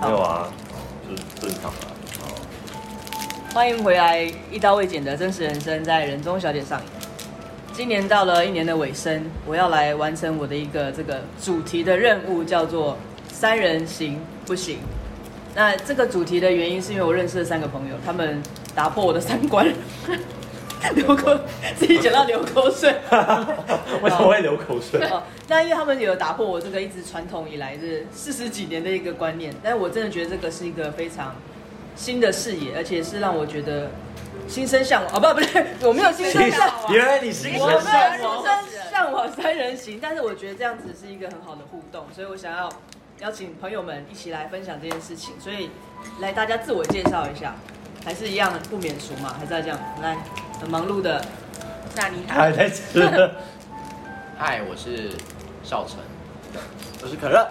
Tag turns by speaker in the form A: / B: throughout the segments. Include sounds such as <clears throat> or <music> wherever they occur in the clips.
A: 没有啊，就是正常啊。哦
B: 欢迎回来，一刀未剪的真实人生在人中小姐上演。今年到了一年的尾声，我要来完成我的一个这个主题的任务，叫做“三人行不行”。那这个主题的原因是因为我认识了三个朋友，他们打破我的三观， <laughs> 流口自己讲到流口水。
A: 为 <laughs> 什么会流口水？
B: 哦，那因为他们有打破我这个一直传统以来是四十几年的一个观念，但是我真的觉得这个是一个非常新的视野，而且是让我觉得心生向往。哦，不，不对，我没有心生向往，
A: 原来你是
B: 我没有
A: 个
B: 心
A: 向往。
B: 生向往三人行，但是我觉得这样子是一个很好的互动，所以我想要邀请朋友们一起来分享这件事情。所以来大家自我介绍一下，还是一样不免俗嘛，还是要这样来，很忙碌的
C: 那你好，
A: 还在吃？
D: 嗨，我是少晨，我是可乐，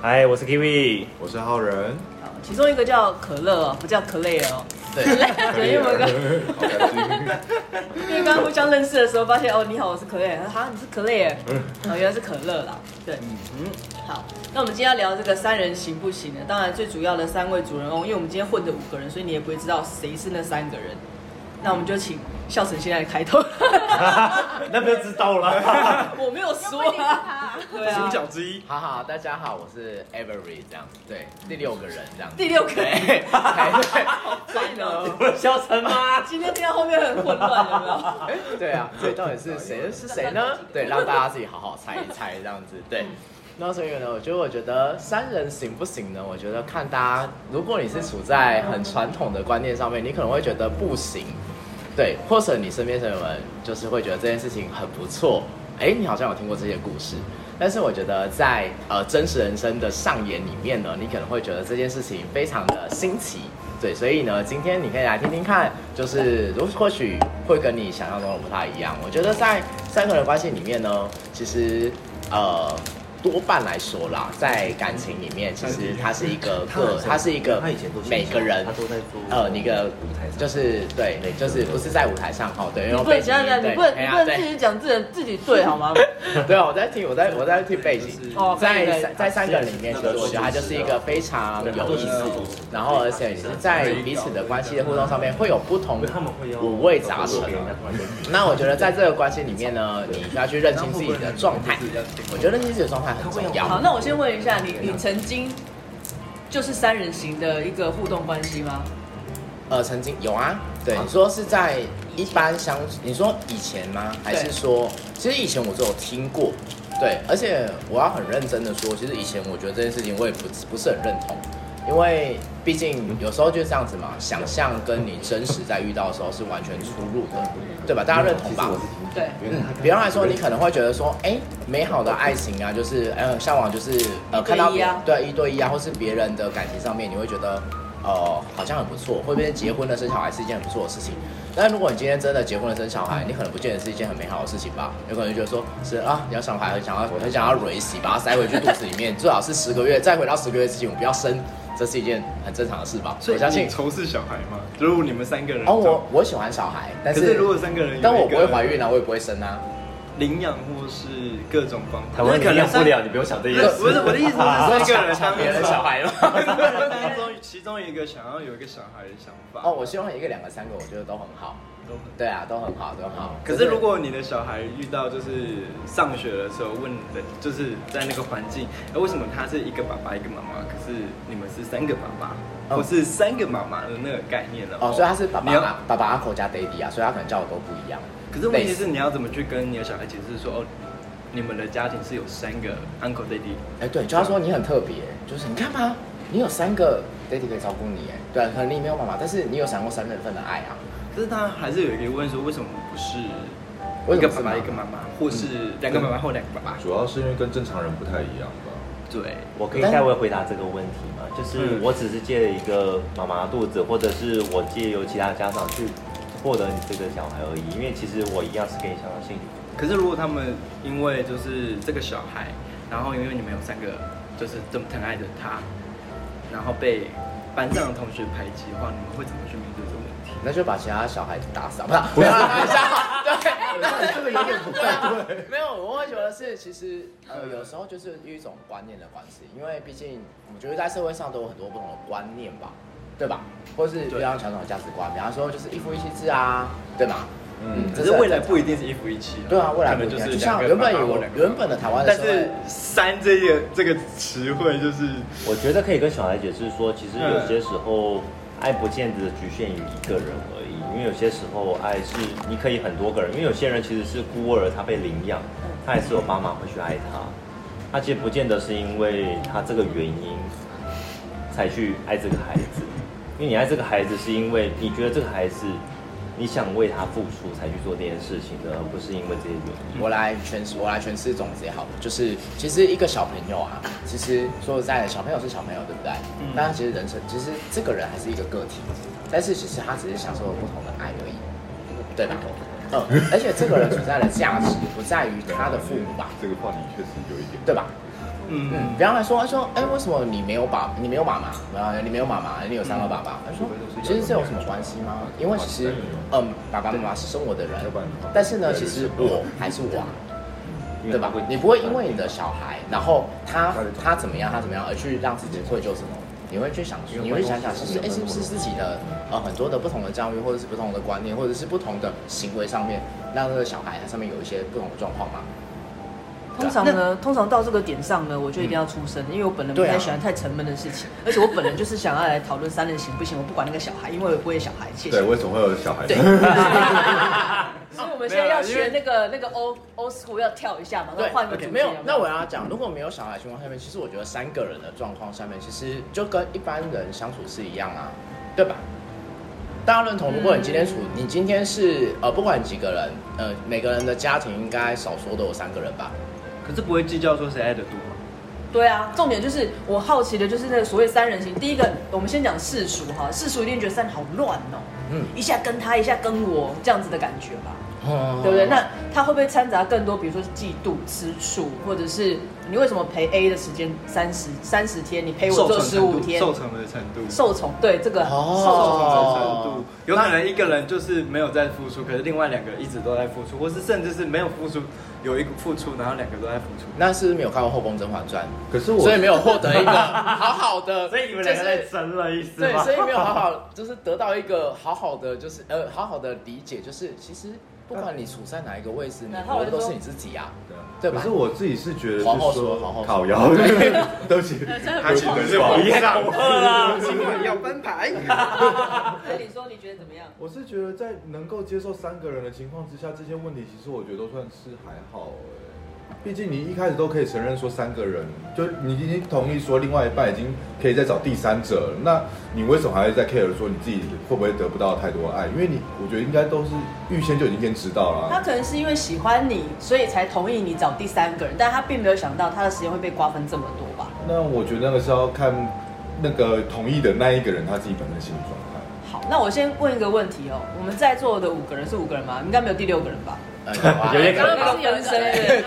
A: 哎，我是 Kiwi，
E: 我是浩仁，
B: 好，其中一个叫可乐哦，不叫可累哦。<laughs>
D: 对，
B: 对，因为我刚
E: 好
A: <laughs>
E: 开心，
B: 因为刚刚互相认识的时候，发现哦，你好，我是可乐，他说哈，你是可乐耶，
D: 嗯
B: 哦，原来是可乐啦，对，嗯好，那我们今天要聊这个三人行不行呢？当然，最主要的三位主人翁，因为我们今天混的五个人，所以你也不会知道谁是那三个人。那我们就请笑成现在开
D: <laughs>
B: 头，
A: 那不就知道了。
B: 我没有
C: 又
B: 说
C: 不一定是
B: 啊，
C: 他
B: 对啊，
D: <laughs>
E: 之一，
D: 好好，大家好，我是 Avery，这样子，对，第六个人这样子，
B: 第六个人，
D: 对，
B: 好烦哦。
A: 我笑成吗？
B: 今天听到后面很混乱，有没有？
D: 对，对啊，所以到底是谁是谁呢？对，让大家自己好好猜一猜，这样子，对。那所以呢，我觉得我觉得三人行不行呢？我觉得看大家，如果你是处在很传统的观念上面，你可能会觉得不行，对，或者你身边的人就是会觉得这件事情很不错，哎，你好像有听过这些故事，但是我觉得在呃真实人生的上演里面呢，你可能会觉得这件事情非常的新奇，对，所以呢，今天你可以来听听看，就是呃如或许会跟你想象中的不太一样。我觉得在三个人关系里面呢，其实呃。多半来说啦，在感情里面，其实它是一个个，它是一个
E: 他以前都是
D: 每个人
E: 他都在做
D: 呃，你个
E: 舞台上
D: 就是对
E: 每，个
D: 就是不是在舞台上哈，对，因为我
B: 不能
D: 背景
B: 这样
D: 音
B: 讲，
D: 对
B: 你不能
D: 哎
B: 你
D: 呀
B: 不能
D: 对
B: 自己讲自己自己对好吗？
D: <laughs> 对啊，我在听，我在我在听背景
E: 就是，
B: 哦
D: 在
B: 对
D: 三在三个人里面，其实我觉得它就是一个非常有意思，然后而且也是在彼此的关系的互动上面会有不同五味杂陈。啊
A: 啊
D: 那我觉得在这个关系里面 <laughs> 呢，你要去认清自己的状态，我觉得认清自己的状态很重
B: 好，啊
D: 要。
B: 那我先问一下你，你曾经就是三人行的一个互动关系吗？
D: 呃，曾经有啊，对，你说是在一般相，你说以前吗？还是说，其实以前我都有听过，对，而且我要很认真的说，其实以前我觉得这件事情我也不不是很认同，因为毕竟有时候就是这样子嘛，想象跟你真实在遇到的时候是完全出入的，对吧？大家认同吧？
B: 对，
D: 嗯，比方来说，你可能会觉得说，哎、美好的爱情啊，就是呃，向往就是呃，看到
B: 一对一啊
D: 对一对一啊，或是别人的感情上面，你会觉得，呃，好像很不错，会不会结婚了生小孩是一件很不错的事情？但如果你今天真的结婚了生小孩，你可能不见得是一件很美好的事情吧？
B: 嗯
D: 有可能就觉得说是啊，你要小孩很想要，我很想要蕊洗，把它塞回去肚子里面，最好是十个月，再回到十个月之前我不要生，这是一件很正常的事吧？
F: 所
D: 我
F: 以
D: 相信
F: 你。仇视小孩吗？如果你们三个人
D: 哦，我
F: 中，
D: 我喜欢小孩，但
F: 可是如果三个人有一个，
D: 但我不会怀孕啊，我也不会生啊。
F: 领养或是各种方法，
D: <laughs>
A: 台湾领养不了，你不用想这
F: 不
A: 件
F: 是
A: 事。
F: 不是我的意思是三个人当
D: 别人小孩吗？
F: 三个人当中其中一个想要有一个小孩的想法
D: 哦，我希望一个、两个、三个，我觉得都很好。
F: 都很。
D: 对啊，都很好，都很
F: 嗯
D: 好。
F: 可是如果你的小孩遇到就是上学的时候问的，就是在那个环境，哎，为什么他是一个爸爸一个妈妈，可是你们是三个爸爸，
D: 嗯
F: 或是三个妈妈的那个概念了？
D: 哦，所以他是爸
F: 你
D: 爸
F: 要
D: 爸爸 uncle 加 daddy 啊，所以他可能叫我都不一样。
F: 可是问题
D: 类似
F: 是，你要怎么去跟你的小孩解释说，哦，你们的家庭是有三个 uncle daddy？
D: 哎、对，就他说你很特别，就是你看吧，你有三个 daddy 可以照顾你，哎，对啊，可能你没有妈妈，但是你有想过三人份的爱啊。
F: 可是他还是有一个疑问说，为什么不是
D: 为
F: 一
D: 什
F: 个
D: 么
F: 爸爸
D: 是妈嗯
F: 一个妈妈，或是两个妈妈或两个爸
D: 啊
F: 爸？
E: 主要是因为跟正常人不太一样吧。
F: 对，
A: 我可以代为回答这个问题吗？就是我只是借了一个妈妈肚子，或者是我借由其他家长去获得你这个小孩而已。因为其实我一样是跟你想要幸福。
F: 可是如果他们因为就是这个小孩，然后因为你们有三个就是这么疼爱着他，然后被班上的同学排挤的话，你们会怎么去面对这个问题？
D: 那就把其他小孩打死啊，不是？不要开玩笑，对，
E: 这个有点不太对。
D: 没有，我会觉得是其实呃，有时候就是一种观念的关系，因为毕竟我觉得在社会上都有很多不同的观念吧，对吧？或是比较传统的价值观，比方说就是一夫一妻制啊，对吗？
E: 嗯
F: 可是未来不一定是一夫一妻啊，
D: 对啊，未来
F: 可
D: 不
F: 能
D: 一
F: 就
D: 定啊
F: 是
D: 就像
F: 两个
D: 原本
F: 爸爸
D: 有
F: 或两个
D: 原本的台湾的
F: 但
D: 社会
F: 是“三”这个这个词汇就是
A: 我觉得可以跟小孩解释说，其实有些时候爱不见得局限于一个人而已，因为有些时候爱是你可以很多个人，因为有些人其实是孤儿，他被领养，他还是有妈妈会去爱他，他其实不见得是因为他这个原因才去爱这个孩子，因为你爱这个孩子是因为你觉得这个孩子。你想为他付出才去做这件事情的，而不是因为这些原因。
D: 我来诠释，我来诠释总结好了，就是其实一个小朋友啊，其实说实在的，小朋友是小朋友，对不对？
F: 嗯
D: 但其实人生，其实这个人还是一个个体，但是其实他只是享受了不同的爱而已，对吧？嗯，而且这个人存在的价值不在于他的父母吧，
E: 这个话题确实有一点。
D: 对吧？
F: 嗯
D: 嗯，比方来说，他说，哎、为什么你没有爸，你没有妈妈，然后你没有妈妈，你有三个爸爸？他说，其实这有什么关系吗？因为其实，嗯，爸爸妈妈是生我的人
E: 要不然的话，
D: 但是呢，其实我还是我啊、
A: 因为
D: 对
A: 他
D: 吧？你不会因为你的小孩，然后他他怎么样，他怎么样，而去让自己愧疚什么？你会去想，你会想想，是不是哎，是不是自己的呃很多的不同的教育，或者是不同的观念，或者是不同的行为上面，让这个小孩他上面有一些不同的状况嘛？
B: 通常呢，通常到这个点上呢，我就一定要出声，因为我本人不
D: 对
B: 太
D: 啊
B: 喜欢太沉闷的事情，而且我本人就是想要来讨论三人行不行，我不管那个小孩，因为我也不会有小孩，谢谢
E: 对，。为什么会有小孩？
B: 对，所以我们现在要
F: 没有
B: 学
F: 因
B: 那个那个 old old school 要跳一下嘛，然后换一个主题。
D: OK，
B: 啊
D: 没有
B: 不。
D: 那我要讲，如果没有小孩的情况下面，其实我觉得三个人的状况下面，其实就跟一般人相处是一样啊，对吧？大家认同，如果你今
B: 嗯
D: 天处，你今天是呃，不管几个人，呃，每个人的家庭应该少说都有三个人吧？
F: 可是不会计较说谁爱的多啊。
B: 对啊，重点就是我好奇的就是那个所谓三人行。第一个，我们先讲世俗哈，世俗一定觉得三人好乱哦，
D: 嗯
B: 一下跟他，一下跟我这样子的感觉吧，
D: 哦
B: 对不对？那他会不会掺杂更多，比如说嫉妒、吃醋，或者是你为什么陪 A 的时间三十三十天，你
D: 哎
B: 陪我
F: 受
B: 做
F: 宠
B: 十
F: 程
B: 五
F: 度，
B: 天？
F: 受宠的程度，
B: 受宠，对这个
D: 哦
B: 受宠程
F: 受宠的程度，哦有可能一个人就是没有在付出，可是另外两个人一直都在付出，或是甚至是没有付出，有一个付出，然后两个都在付出。
D: 那是不是没有看过《后宫甄嬛传
E: <laughs> 可是》，我，
D: 所以没有获得
B: <laughs>
D: 一个好好的，就是
F: 争了，意思
D: 对，所以没有好好，就是得到一个好好的，就是呃，好好的理解，就是其实不管你处在哪一个位置，你
B: 然后
D: 活
B: 我
D: 的
B: 就
D: 都
B: 说
D: 是你自己啊。对吧
E: 可是我自己是觉得，
D: 皇
E: 就
D: 后
E: 是
D: 说皇后说
E: 说烤
D: <laughs>
E: 窑，对不起，
D: 呃
F: 他其实是我一样，我饿了，今晚要翻牌。
B: 度。所以你说你觉得怎么样？
E: 我是觉得在能够接受三个人的情况之下，这些问题其实我觉得都算是还好哎、毕竟你一开始都可以承认说三个人，就你已经同意说另外一半已经可以再找第三者了，那你为什么还要再 care 说你自己会不会得不到太多爱？因为你我觉得应该都是预先就已经先知道了
B: 他
E: 啊。
B: 可能是因为喜欢你，所以才同意你找第三个人，但他并没有想到他的时间会被瓜分这么多吧？
E: 那我觉得那个是要看那个同意的那一个人他自己本身心理状态。
B: 好，那我先问一个问题哦，我们在座的五个人是五个人吗？应该没有第六个人吧？
D: 呃有啊
A: <laughs> 有点
B: 刚
A: 可
B: 刚
A: 能
B: 是有人生日，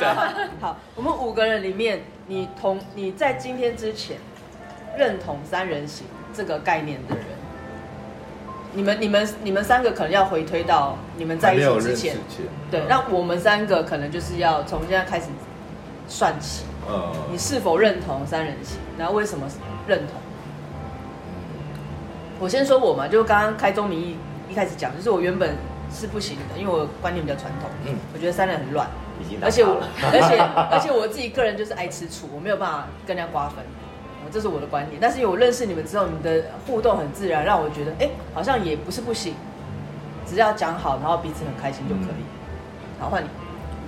B: 好，我们五个人里面，你同你在今天之前认同三人行这个概念的人，你们你们你们三个可能要回推到你们在一
E: 还没有
B: 起
E: 认
B: 之
E: 识
B: 前
E: 前，，
B: 对，那我们三个可能就是要从现在开始算起。
E: 呃，
B: 你是否认同三人行？然后为什么认同？我先说我嘛，就刚刚开宗明义一开始讲，就是我原本是不行的，因为我观念比较传统，
D: 嗯
B: 我觉得三人很乱，
A: 已经打
B: 而且
A: 趴
B: 我，
A: 了
B: 而且而且我自己个人就是爱吃醋，我没有办法跟人家瓜分，呃这是我的观点。但是因为我认识你们之后，你们的互动很自然，让我觉得哎、好像也不是不行，只要讲好，然后彼此很开心就可以。
A: 嗯
B: 好，换你。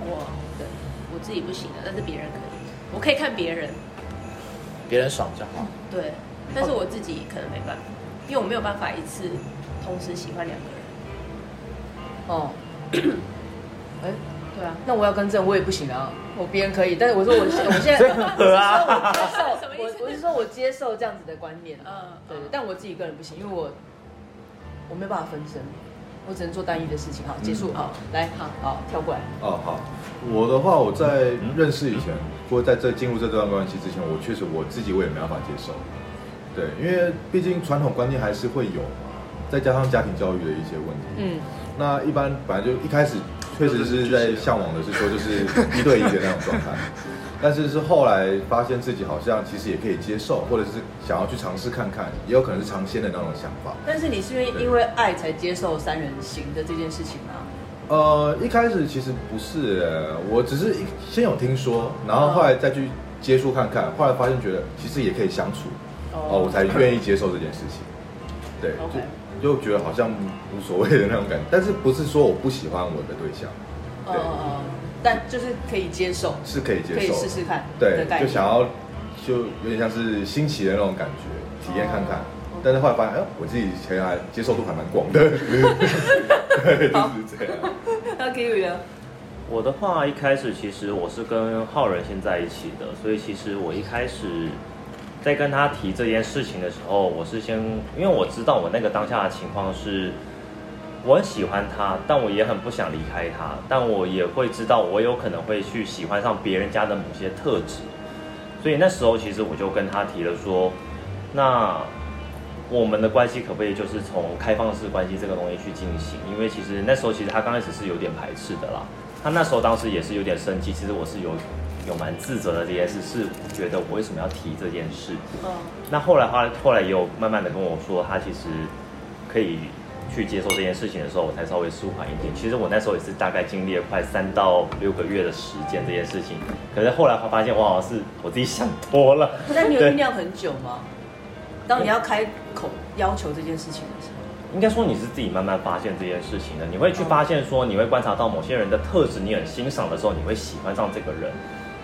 C: 我对我自己不行的，但是别人可以，我可以看别人，
D: 别人爽就好。
C: 对，但是我自己可能没办法，因为我没有办法一次同时喜欢两个人，
B: 哦，哎、
C: 对啊，
B: 那我要更正，我也不行啊，我别人可以，但是我说我现我现在，
A: 啊
B: 我是说
C: 什么
B: 我
C: 意
B: 接受，
C: 思
B: 我我是说我接受这样子的观念，啊
C: 嗯
B: 对对，但我自己个人不行，因为我我没有办法分身，我只能做单一的事情，好，结束，
C: 嗯
B: 好，来，好好跳过来，
E: 哦，好，我的话，我在认识以前，或者在这进入这段关系之前，我确实我自己我也没办法接受，对，因为毕竟传统观念还是会有嘛，再加上家庭教育的一些问题，
B: 嗯，
E: 那一般本来就一开始确实是在向往的是说就是一对一的那种状
B: <laughs>
E: 态，但是是后来发现自己好像其实也可以接受，或者是想要去尝试看看，也有可能是尝鲜的那种想法。
B: 但是你是因为因为爱才接受三人行的这件事情吗？
E: 呃，一开始其实不是耶，我只是一先有听说，然后后来再去接触看看，后来发现觉得其实也可以相处，哦，我才愿意接受这件事情。对
B: OK
E: 就就觉得好像无所谓的那种感觉，但是不是说我不喜欢我的对象，
B: 哦哦哦，但就是可以接受，
E: 是可以接受
B: 可
E: 的，
B: 以试试看的
E: 对
B: 概，念
E: 就想要就有点像是新奇的那种感觉，体验看看。
B: 哦
E: 但是后来发现，哎、我自己原来接受度还蛮
B: <laughs>
E: 广的，对，就是这样。
B: 那 Kiwi 呢？
A: 我的话，一开始其实我是跟浩仁先在一起的，所以其实我一开始在跟他提这件事情的时候，我是先因为我知道我那个当下的情况是，我很喜欢他，但我也很不想离开他，但我也会知道我有可能会去喜欢上别人家的某些特质，所以那时候其实我就跟他提了说，那我们的关系可不可以就是从开放式关系这个东西去进行？因为其实那时候其实他刚开始是有点排斥的啦，他那时候当时也是有点生气，其实我是有有蛮自责的这件事，是觉得我为什么要提这件事？
B: 嗯，
A: 那后来他后来也有慢慢的跟我说，他其实可以去接受这件事情的时候，我才稍微舒缓一点。其实我那时候也是大概经历了快三到六个月的时间这件事情，可是后来他发现，哇，是我自己想多了。
B: 那你有
A: 对
B: 酝酿很久吗？当你要开口要求这件事情的时候，
A: 应该说你是自己慢慢发现这件事情的，你会去发现说，你会观察到某些人的特质，你很欣赏的时候，你会喜欢上这个人。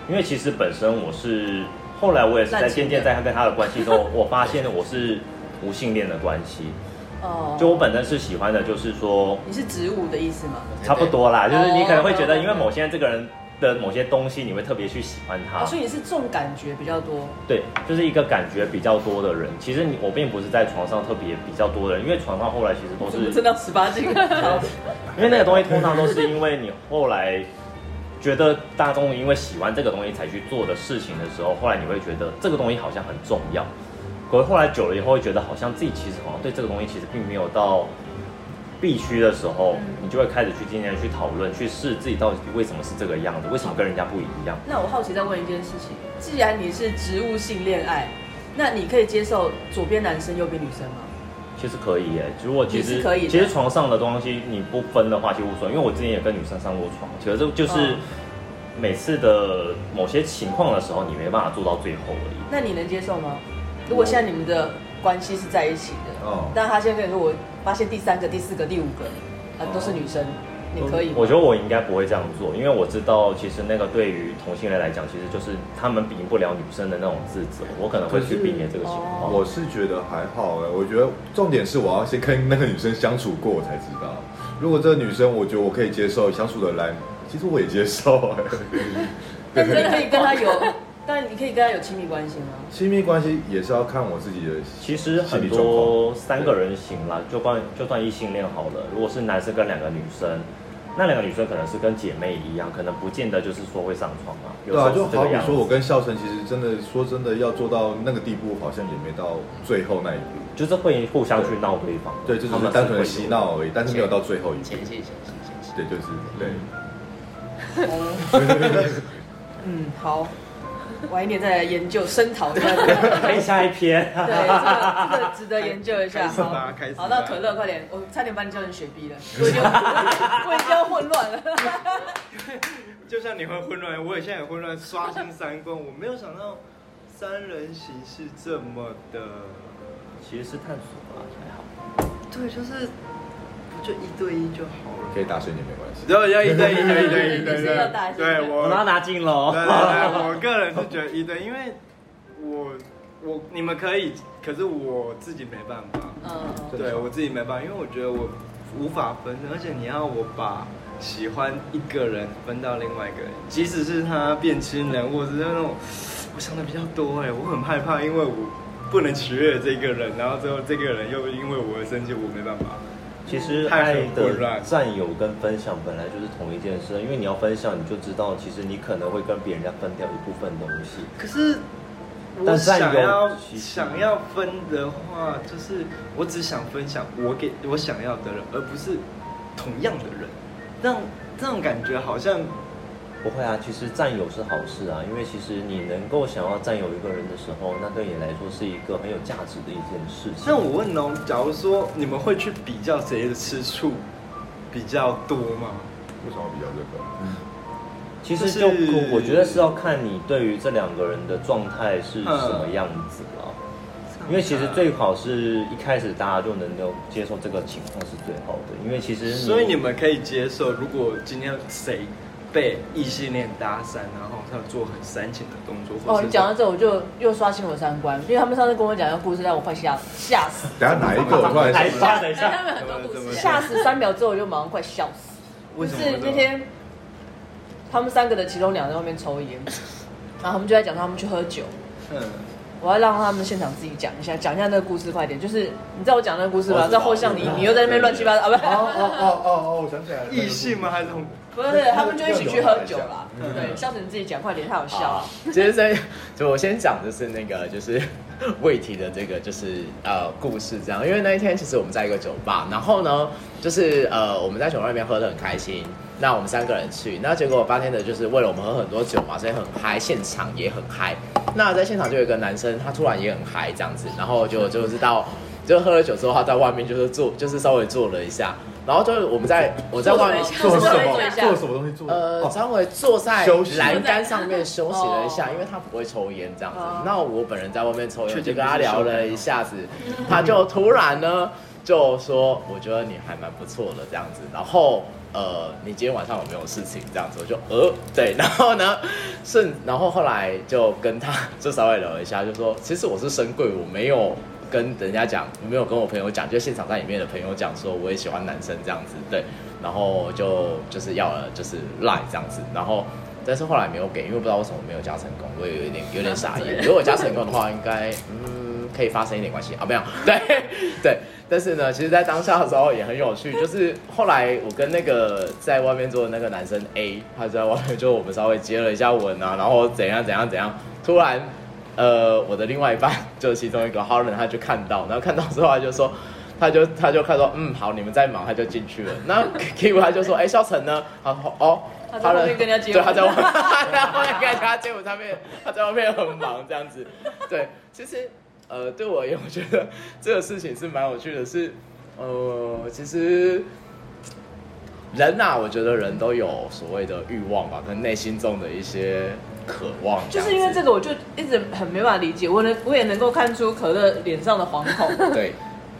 A: 因为其实本身我是后来我也是在
B: 滥情
A: 渐渐
B: 的
A: 在跟他的关系中，我发现我是无性恋的关系。
B: 哦，
A: 就我本身是喜欢的，就是说
B: 你是植物的意思吗？
A: 差不多啦，就是你可能会觉得，
B: 哦
A: 因为某些人这个人的某些东西，你会特别去喜欢他
B: 哦，。所以你是重感觉比较多，
A: 对，就是一个感觉比较多的人。其实你我并不是在床上特别比较多的人，因为床上后来其实都是
B: 真到十八禁。好
A: 因为那个东西通常都是因为你后来觉得大众因为喜欢这个东西才去做的事情的时候，后来你会觉得这个东西好像很重要，可是后来久了以后会觉得好像自己其实好像对这个东西其实并没有到必须的时候，你就会开始去今天去讨论，去试自己到底为什么是这个样子，为什么跟人家不一样。
B: 那我好奇再问一件事情，既然你是植物性恋爱，那你可以接受左边男生右边女生吗？
A: 其实可以耶，如果其
B: 也
A: 实
B: 是可以的
A: 其实床上的东西你不分的话就无所谓，因为我之前也跟女生上过床，其实就是
B: 嗯
A: 每次的某些情况的时候，你没办法做到最后而已。
B: 那你能接受吗？如果现在你们的关系是在一起的，
E: 哦
B: 但他现在跟你说，我发现第三个、第四个、第五个，呃，都是女生，你可以吗？
A: 我觉得我应该不会这样做，因为我知道其实那个对于同性恋来讲，其实就是他们比不了女生的那种自责，我可能会去避免这个情
B: 哦
A: 况。
E: 我是觉得还好哎、我觉得重点是我要先跟那个女生相处过，我才知道。如果这个女生我觉得我可以接受，相处得来，其实我也接受哎、
B: 但
E: <laughs>
B: 是你可以跟他有，但你可以跟他有亲密关系吗？
E: 亲密关系也是要看我自己的，
A: 其实很多三个人行啦，就算就算异性恋好了，如果是男生跟两个女生，那两个女生可能是跟姐妹一样，可能不见得就是说会上床啊。有时候
E: 对啊，
A: 是
E: 就
A: 这
E: 好
A: 个
E: 比
A: 样
E: 说我
A: 子
E: 跟笑成，其实真的说真的要做到那个地步，好像也没到最后那一步。
A: 就是会互相去闹对方，啊
E: 对，就只
A: 他
E: 是
A: 们
E: 单纯
A: 会
E: 的嬉闹而已，但是没有到最后一步。
C: 前谢谢谢谢谢
E: 对，就是对。
A: <laughs>
B: 嗯，好，晚一点再来研究深讨一下这个。
A: 有。可以下一篇。
B: 对，这个这个值得研究一下。
F: 开始吧
B: 好
F: 开始吧
B: 好，那可乐快点，我差点把你叫成雪碧了，我已经我已经要混乱了。
F: <laughs> 就像你会混乱，我也现在也混乱，刷新三观。我没有想到三人行是这么的，
A: <laughs> 其实是探索吧，还好。
F: 对，就是不就一对一就好了。
E: 可以大声一点没关系。
F: 然后要一对一，对一对一，对一
B: 你是要打
F: 对，对我
A: 我把它拿近了
F: 对
A: 哦。
F: 对对，我个人是觉得一对，因为我我你们可以，可是我自己没办法。
B: 嗯，
F: 对我自己没办法，因为我觉得我无法分身，而且你要我把喜欢一个人分到另外一个人，即使是他变亲人，或者是那种我想的比较多哎，我很害怕，因为我不能取悦这个人，然后最后这个人又因为我而生气，我没办法。
A: <laughs> 其实爱的占有跟分享本来就是同一件事，因为你要分享，你就知道其实你可能会跟别人家分掉一部分东西。
F: 可是我
A: 但占有
F: 想要
A: 其实
F: 想要分的话，就是我只想分享我给我想要的人，而不是同样的人。让这种感觉好像
A: 不会啊，其实占有是好事啊，因为其实你能够想要占有一个人的时候，那对你来说是一个很有价值的一件事情。
F: 那我问哦，假如说你们会去比较谁的吃醋比较多吗？
E: 为什么要比较这个？
A: 其实
F: 就是
A: 就我我觉得是要看你对于这两个人的状态是什么样子啊。
F: 嗯
A: 因为其实最好是一开始大家就能够接受这个情况是最好的，因为其实
F: 所以你们可以接受，如果今天谁被异性恋搭讪，然后他做很煽情的动作，或
B: 哦，
F: 是
B: 你讲到这，我就又刷新我三观，因为他们上次跟我讲一个故事，让我快吓吓死，
E: 等下哪一个？我突然
A: 哎等一
E: 想
A: 下等一
C: 他
F: <laughs>
A: 下，
C: 们很多故事，
B: 吓死三秒之后我就马上快笑死。
F: 为什么
B: 就是那天，他们三个的其中两个在外面抽烟，然后他们就在讲说他们去喝酒。
F: 嗯，
B: 我要让他们现场自己讲一下，讲一下那个故事，快点！就是你知道我讲那个故事
A: 我
B: 吧？
A: 知
B: 在
A: 道
B: 后巷里
A: 我知道，
B: 你又在那边乱七八糟
E: 哦
B: 啊，
E: 哦哦哦哦，我想起来了，
F: 异性吗？还是同？
B: 不是，不是，他们就一起去喝酒啦。对，笑死你自己讲，快点，太好笑了
D: 好。，其实这就我先讲，就是那个就是 <laughs> 魏提的这个就是呃故事这样，因为那一天其实我们在一个酒吧，然后呢就是呃我们在酒吧那边喝得很开心，那我们三个人去，那结果八天的就是为了我们喝很多酒嘛，所以很嗨，现场也很嗨。那在现场就有一个男生，他突然也很嗨这样子，然后就就是到就喝了酒之后，他在外面就是坐，就是稍微坐了一下，然后就是我们在我在外面。
E: 做什么
C: 做一？下
E: 做什么东西？做
D: 呃，
E: 哦
D: 稍微坐在
E: 休息
D: 栏杆上面休息了一下
B: 哦，
D: 因为他不会抽烟这样子
B: 哦。
D: 那我本人在外面抽
F: 确
D: 烟，
F: 定
D: 就
F: 不
D: 跟
F: 是
D: 他聊了一下子，他就突然
E: 嗯
D: 呢就说：“我觉得你还蛮不错的这样子。”然后。呃，你今天晚上有没有事情？这样子，我就呃，对，然后呢，顺，然后后来就跟他就稍微聊了一下，就说其实我是深贵，我没有跟人家讲，没有跟我朋友讲，就现场在里面的朋友讲说我也喜欢男生这样子，对，然后就就是要了就是赖这样子，然后但是后来没有给，因为不知道为什么没有加成功，我也有一点有点傻眼。如果加成功的话，应该嗯可以发生一点关系啊，没有， <laughs> 对对。但是呢，其实，在当下的时候也很有
B: <laughs>
D: 趣，就是后来我跟那个在外面坐的那个男生 A，他就在外面就我们稍微接了一下吻啊，然后怎样怎样怎样，突然呃，我的另外一半就是其中一个 h o l a n 他就看到，然后看到之后他就说，他就他就看到，嗯，好，你们在忙，他就进去了。那 K 他就说，哎、肖晨呢？他说，哦，
B: 他在外面
D: Holland-
B: 跟人家接
D: 对，
B: 吻
D: 他在外面，他在外面跟人家接吻，他面他在外面很忙这样子。对，其实呃，对我而言，我觉得这个事情是蛮有趣的是，呃，其实。人呐、我觉得人都有所谓的欲望吧，跟内心中的一些渴望样子。
B: 就是因为这个，我就一直很没办法理解。我能，我也能够看出可乐脸上的惶恐，
D: 对，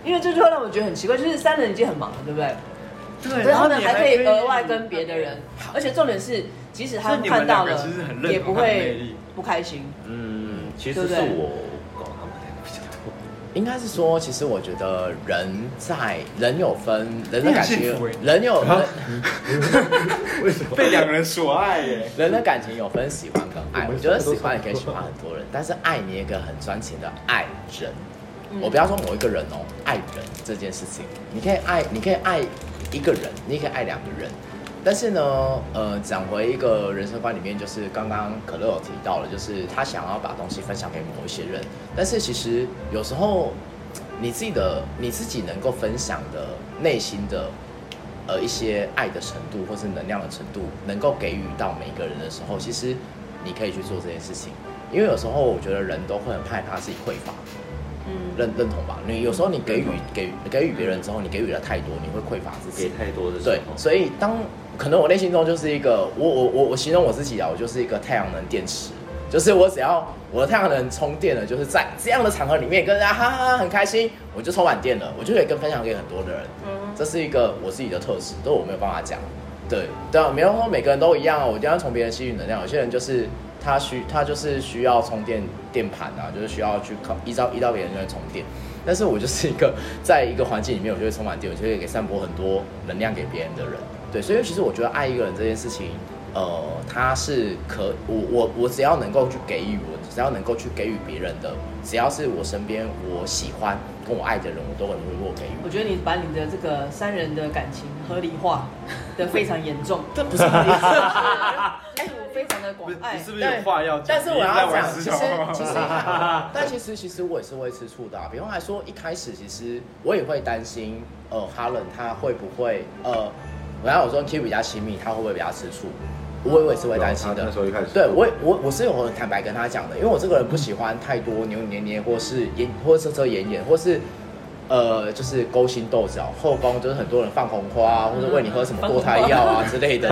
B: 因为这就会让我觉得很奇怪。就是三人已经很忙了，对不对？
F: 对
B: 然后呢，还可以额外跟别的 <laughs> 人，而且重点是，即使他
F: 所以
B: 们
F: 你们
B: 看到
F: 两
B: 了
F: 个其实很认，同
B: 也不
F: 他的魅
B: 会
F: 力
B: 不开心。
A: 嗯，其
B: 对
A: 实
B: 不
A: 是
B: 对
A: 我搞他们两个比较多。
D: 应该是说，其实我觉得人在人有分人的感
F: 你
D: 情
F: 很幸福欸，
D: 人有
E: 啊
D: 人
E: 为什
F: <laughs>
E: 么？
F: 被两个人所爱耶。
D: 人的感情有分喜欢跟爱。
E: 我
D: 我
E: 们
D: 觉得
E: 三个都
D: 喜欢也可以喜
E: 差不多
D: 欢很多人，但是爱你也可以很专情的爱人。
B: 嗯
D: 我不要说某一个人哦，爱人这件事情，你可以爱，你可以爱一个人，你也可以爱两个人。但是呢，呃，讲回一个人生观里面，就是刚刚可乐有提到了，就是他想要把东西分享给某一些人，但是其实有时候你自己的你自己能够分享的内心的呃一些爱的程度或是能量的程度，能够给予到每一个人的时候，其实你可以去做这件事情，因为有时候我觉得人都会很害怕自己匮乏，
B: 嗯，
D: 认认同吧？你有时候你给予给予给予别人之后，你给予了太多，你会匮乏自
A: 给
D: 己。
A: 太多的时
D: 对，
A: 候，
D: 所以当可能我内心中就是一个我我我我形容我自己啊，我就是一个太阳能电池，就是我只要我的太阳能充电了，就是在这样的场合里面跟大家哈哈哈很开心，我就充满电了，我就可以跟分享给很多的人。这是一个我自己的特质，都我没有办法讲。对，对啊，没有说每个人都一样哦，我一定要从别人吸取能量。有些人就是他需他就是需要充电电盘啊，就是需要去靠依照依照别人来充电。但是我就是一个 <laughs> 在一个环境里面，我就会充满电，我就会给散播很多能量给别人的人。对，所以其实我觉得爱一个人这件事情，呃，他是可我我我只要能够去给予，我只要能够去给予别人的，只要是我身边我喜欢跟我爱的人，我都很会我给予。
B: 我觉得你把你的这个三人的感情合理化的非常严重，
D: 这不是合理化
B: <laughs> 但是我非常的广
F: 不是，
B: 爱
F: 你哎是。不是有话要讲？
D: 但是我
F: <laughs>
D: 要
F: 你在
D: 讲
F: 玩，
D: 其
F: 石
D: 实
F: 头吗
D: 其实 <laughs> 还好，但其实其实我也是会吃醋的、啊。比方来说，一开始其实我也会担心，呃，哈伦他会不会呃，然后我说 Q 比较亲密，他会不会比较吃醋？我我也是
F: 哦
D: 会担心
E: 有他
D: 的。
E: 那时候一开始
D: 对我也我我是有很坦白跟他讲的，因为我这个人不喜欢太多扭扭捏捏，或是言或是遮遮掩掩，或是呃就是勾心斗角，后宫就是很多人放红花啊，或者喂你喝什么堕胎药啊之类的。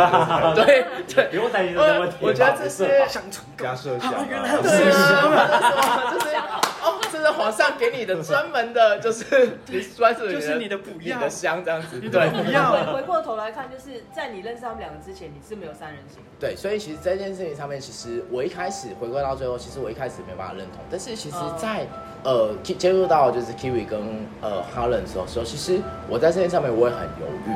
D: 对对，
F: <laughs>
A: 不用担心这个问
D: 我
A: 题吧。啊
D: 呃我觉得这些。
E: 加设想啊，
D: 对啊，就是哦，这是皇上给你的专门的，就是你专属
F: 就是你的补药
D: 你的香这样子，
F: 你的
D: 对
F: 补
B: 回
F: 不要
B: 回过头来看，就是在你认识他们两个之前，你是没有三人行的。
D: 对，所以其实这件事情上面，其实我一开始回归到最后，其实我一开始没办法认同，但是其实
B: 哦
D: 在、呃接接触到就是 Kiwi 跟呃 Harlan 的时候，时候其实我在这件上面我也很犹豫，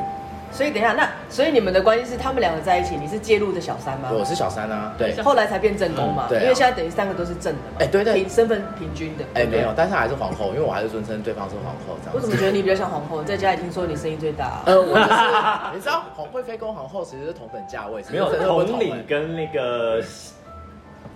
B: 所以等一下，那所以你们的关系是他们两个在一起，你是介入的小三吗？
D: 对我是小三啊，对，
B: 后来才变正宫嘛，
D: 嗯对啊
B: 因为现在等于三个都是正的嘛，
D: 哎对对
B: 平身份平均的。
D: 哎、没有，但是还是皇后，因为我还是尊称对方是皇后这样子。
B: 我怎么觉得你比较像皇后？在家里听说你声音最大、啊，
D: 呃， <laughs> 我就是，你知道，皇贵妃跟皇后其实是同等价位，
A: 没有
D: 是真的不
A: 同
D: 哎
A: 理跟那个喜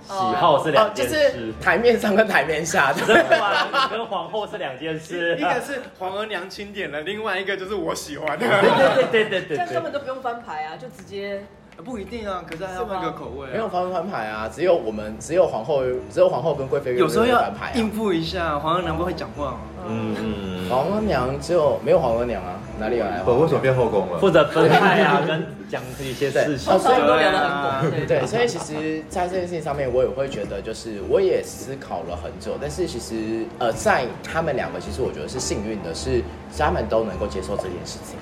A: 喜好是
D: 哦
A: 两，
D: 就
A: 件
D: 是
A: 事，啊
D: 台面上跟台面下，
A: <laughs>
D: 对
A: 真的吗？跟皇后是两件事。
F: <laughs> 一个是啊皇额娘钦点的，另外一个就是我喜欢的。
A: 对对对对对
B: 这样根
A: 对
B: 本。都不用翻牌啊，就直接
F: <laughs> 不一定啊，可是还要换个口味、啊。
D: 没有翻翻牌啊，只有我们，只有皇后，只有皇后跟贵妃
F: 有时候
D: 没有
F: 要
D: 翻牌、啊
F: 应。付一下，皇额娘不会讲话吗？啊
A: 嗯嗯嗯，
D: 皇额娘只有没有皇额娘啊，哪里有来
E: 我
D: 皇
E: 为什么变后宫了？
A: 负责分派啊，跟讲一些事情
D: 哦
B: 通。常都聊得
F: 啊
B: 很广，对
D: 对，所以其实，在这件事情上面，我也会觉得，就是我也思考了很久，但是其实，呃，在他们两个，其实我觉得是幸运的是，他们都能够接受这件事情。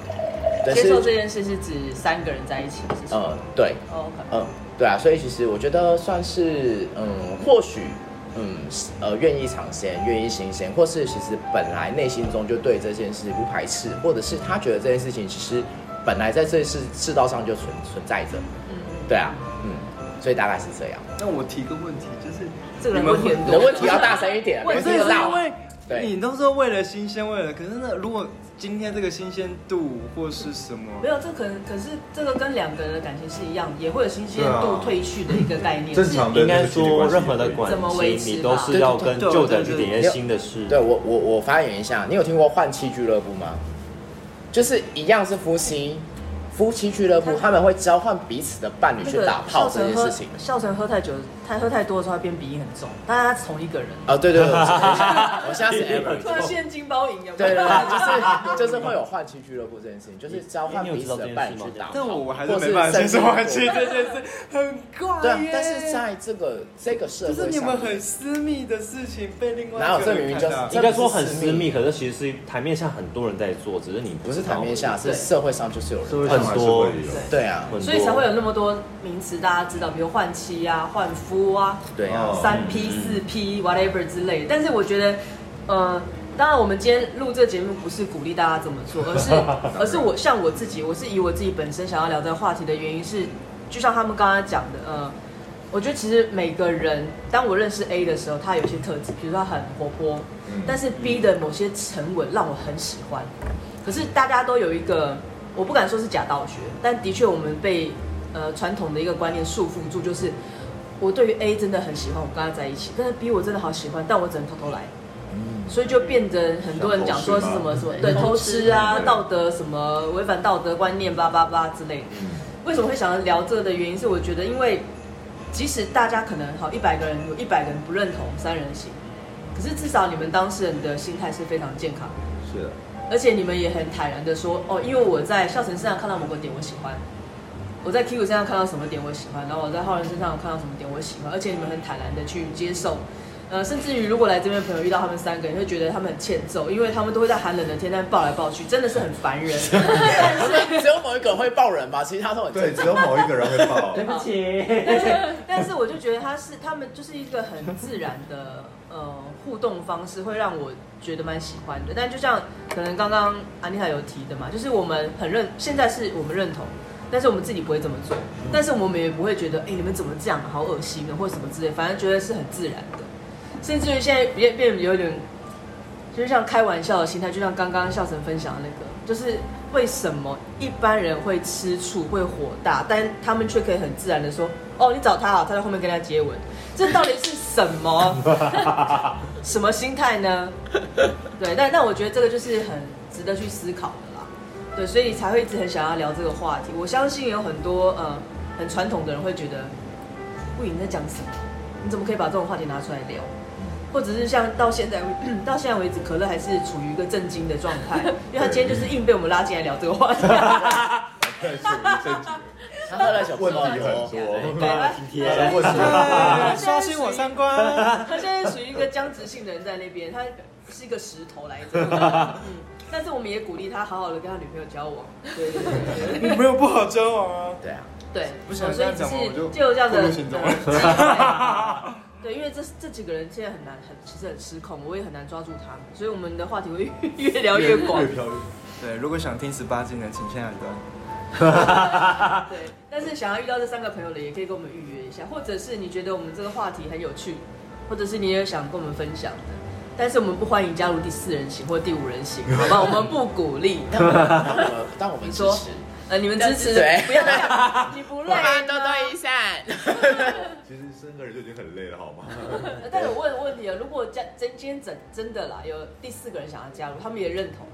D: 但是
B: 接受这件事是指三个人在一起的事情。
D: 呃，对，
B: 哦，
D: 嗯，对啊，所以其实我觉得算是，嗯，或许，嗯，呃，愿意尝鲜，愿意新鲜，或是其实本来内心中就对这件事不排斥，或者是他觉得这件事情其实本来在这世世道上就存存在着，对啊，嗯，所以大概是这样。
F: <laughs> 那我提个问题，就是
B: 这个人
F: 你们
B: 问题很
D: 你
B: 多
D: 的问题要大声一点，
F: 不
D: 别
F: 是
D: 听
F: 是
D: 得
F: 因
D: 到。
F: 为
D: 对
F: 你都说为了新鲜，为了可是那如果今天这个新鲜度或是什么
B: 没，有，这可能可是这个跟两个人的感情是一样，也会有新鲜
E: 对
B: 度
E: 啊
B: 褪去的一个概念。
E: 正常的
A: 应该说，任何的
E: 管
A: 关
B: 怎么维持
A: 系，
B: 吧
A: 你都是要跟
F: 对对对
A: 旧的去点一些新的事。
D: 对我我我发言一下，你有听过换妻俱乐部吗？就是一样是夫妻，夫妻俱乐部他们会交换彼此的伴侣
B: 那
D: 去
B: 个
D: 打炮这件事情。
B: 笑成喝太久，太喝太多的时候，他变鼻音很重，但他是同一个人。
D: 哦，对对对，我是我现在是 Ever。
B: 突然现金包赢有没有
D: 对对对，就是就是会有换妻俱乐部这件事情，就是交换
A: 你有
D: 彼
A: 知
D: 此
A: 道
D: 的
A: 这件
D: 伴侣
A: 事
D: 去
A: 吗
D: 打炮，
F: 但我我还是
D: 或
F: 没办法接受换
D: 甚
F: 妻
D: 至
F: 这件事，很怪
D: 对啊，
F: 耶。
D: 但是在这个这个社
F: 就是
D: 会上，
F: 你们很私密的事情被另外一
D: 哪有
F: 个
D: 这明
F: 人
D: 明
F: 看
D: 就
F: 到，
D: 是
A: 应该说很私密，可是其实是台面下很多人在做，只是你
D: 不
A: 知
D: 是
A: 道
D: 台面下，是
B: 对
D: 社会上就是有人。
A: 很多，
D: 对啊，
A: 很多
B: <laughs> 所以才会有那么多名词大家知道，比如换妻啊、换夫啊、
D: 对啊，
E: 哦
B: 三 P、四 P、whatever 之类的。但是我觉得，呃，当然我们今天录这节目不是鼓励大家这么
E: <laughs>
B: 做，而是而是我像我自己，我是以我自己本身想要聊这个话题的原因是，就像他们刚刚讲的，呃。我觉得其实每个人，当我认识 A 的时候，他有一些特质，比如说他很活泼，
E: 嗯
B: 但是 B 的某些沉稳让我很喜欢。可是大家都有一个，我不敢说是假道学，但的确我们被呃传统的一个观念束缚住，就是我对于 A 真的很喜欢，我跟他在一起，但是 B 我真的好喜欢，但我只能偷偷来，所以就变得很多人讲说是什么什么对嗯偷吃啊、道德什么违反道德观念叭叭叭之类的。为什么会想要聊这个的原因是，我觉得因为即使大家可能好一百个人有一百个人不认同三人行，可是至少你们当事人的心态是非常健康的。
E: 是啊的，
B: 而且你们也很坦然的说，哦，因为我在笑成身上看到某个点我喜欢，我在 Kiku 身上看到什么点我喜欢，然后我在浩然身上有看到什么点我喜欢，而且你们很坦然的去接受，呃，甚至于如果来这边的朋友遇到他们三个，你会觉得他们很欠揍，因为他们都会在寒冷的天那边抱来抱去，真的是很烦人。
D: 只有某一个人会抱人吧，其实他都很
E: 对，
D: 正
E: 只
D: 常。
E: 有某一个人
D: <laughs>
E: 会 <laughs> 爆。
A: 对不起，
B: 但是， <laughs> 但是我就觉得他是他们就是一个很自然的呃互动方式，会让我觉得蛮喜欢的。但就像可能刚刚安妮塔有提的嘛，就是我们很认，现在是我们认同，但是我们自己不会这么做，但是我们也不会觉得，哎、你们怎么这样，好恶心啊的，或什么之类，反正觉得是很自然的。甚至于现在变变得有点，就是像开玩笑的心态，就像刚刚笑成分享的那个，就是为什么一般人会吃醋、会火大，但他们却可以很自然的说：“哦，你找他啊，他在后面跟他接吻。”这到底是什么什么心态呢？对，但但我觉得这个就是很值得去思考的啦。对，所以才会一直很想要聊这个话题。我相信有很多呃很传统的人会觉得，不影在讲什么？你怎么可以把这种话题拿出来聊？或者是像到现在为 <clears throat> 到现在为止，可乐还是处于一个震惊的状
F: <laughs>
B: 态，因为他今天就是硬被我们拉进来聊这个话题。 <laughs>
E: 对，属于正经。
D: 他喝了酒之后
E: 问题很多
D: 对
A: 对啊今天
E: 问题
F: <laughs>
B: 哎
F: 刷新我三观。
B: 他现在属于一个僵直性的人在那边，他是一个石头来
F: <laughs>
B: 着。嗯，但是我们也鼓励他好好的跟他女朋友交往。对对对对对
F: 没有不好交往啊。
D: 对啊，
B: 对，
F: 不想
B: 哦
F: 这
B: 所以
F: 样
B: 只
F: 讲嘛
B: 是
F: 我就
B: 就这样的
F: 不
B: 呃
F: 如
B: 机
F: 行动 <laughs>
B: 会。对，因为这这几个人现在很难，很其实很失控，我也很难抓住他们，所以我们的话题会越越聊越广
E: 越。飘越
F: 对，如果想听十八禁的，请先来端。
B: 对，但是想要遇到这三个朋友的，也可以跟我们预约一下，或者是你觉得我们这个话题很有趣，或者是你也想跟我们分享的，但是我们不欢迎加入第四人行或第五人
D: <laughs>
B: 行，好吧？我们不鼓励。
D: 但我们但我们
B: 你
D: 支
B: 说
D: 持，
B: 呃，你们支持
D: 对，
B: 不要这样， <laughs> 你不累吗
D: 善。
E: 其实三个人就已经很累了，好吗？
B: 但是我问问题啊，如果加真今天真真的啦，有第四个人想要加入，他们也认同，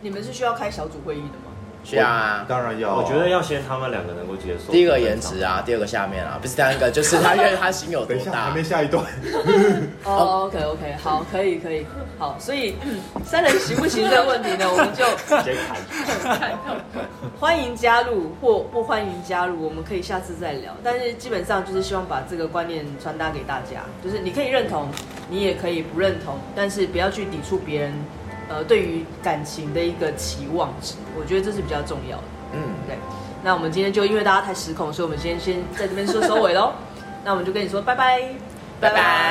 B: 你们是需要开小组会议的吗？
D: 需要啊，
E: 当然要啊。
A: 我觉得要先他们两个能够接受。
D: 第一个颜值啊，第二个下面啊，不是第三个，就是他因为他心有
E: 等
D: 多
E: 一下还
D: 大
E: 没。下一段，
B: 哦、o k OK，好，可以可以，好，所以嗯三人行不行这个问题呢，我们就
A: 直接砍。
B: 欢迎加入或不欢迎加入，我们可以下次再聊。但是基本上就是希望把这个观念传达给大家，就是你可以认同，你也可以不认同，但是不要去抵触别人，呃，对于感情的一个期望值，我觉得这是比较重要的。
D: 嗯，
B: 对，那我们今天就因为大家太失控，所以我们先先在这边说收尾喽。那我们就跟你说拜拜，
D: 拜拜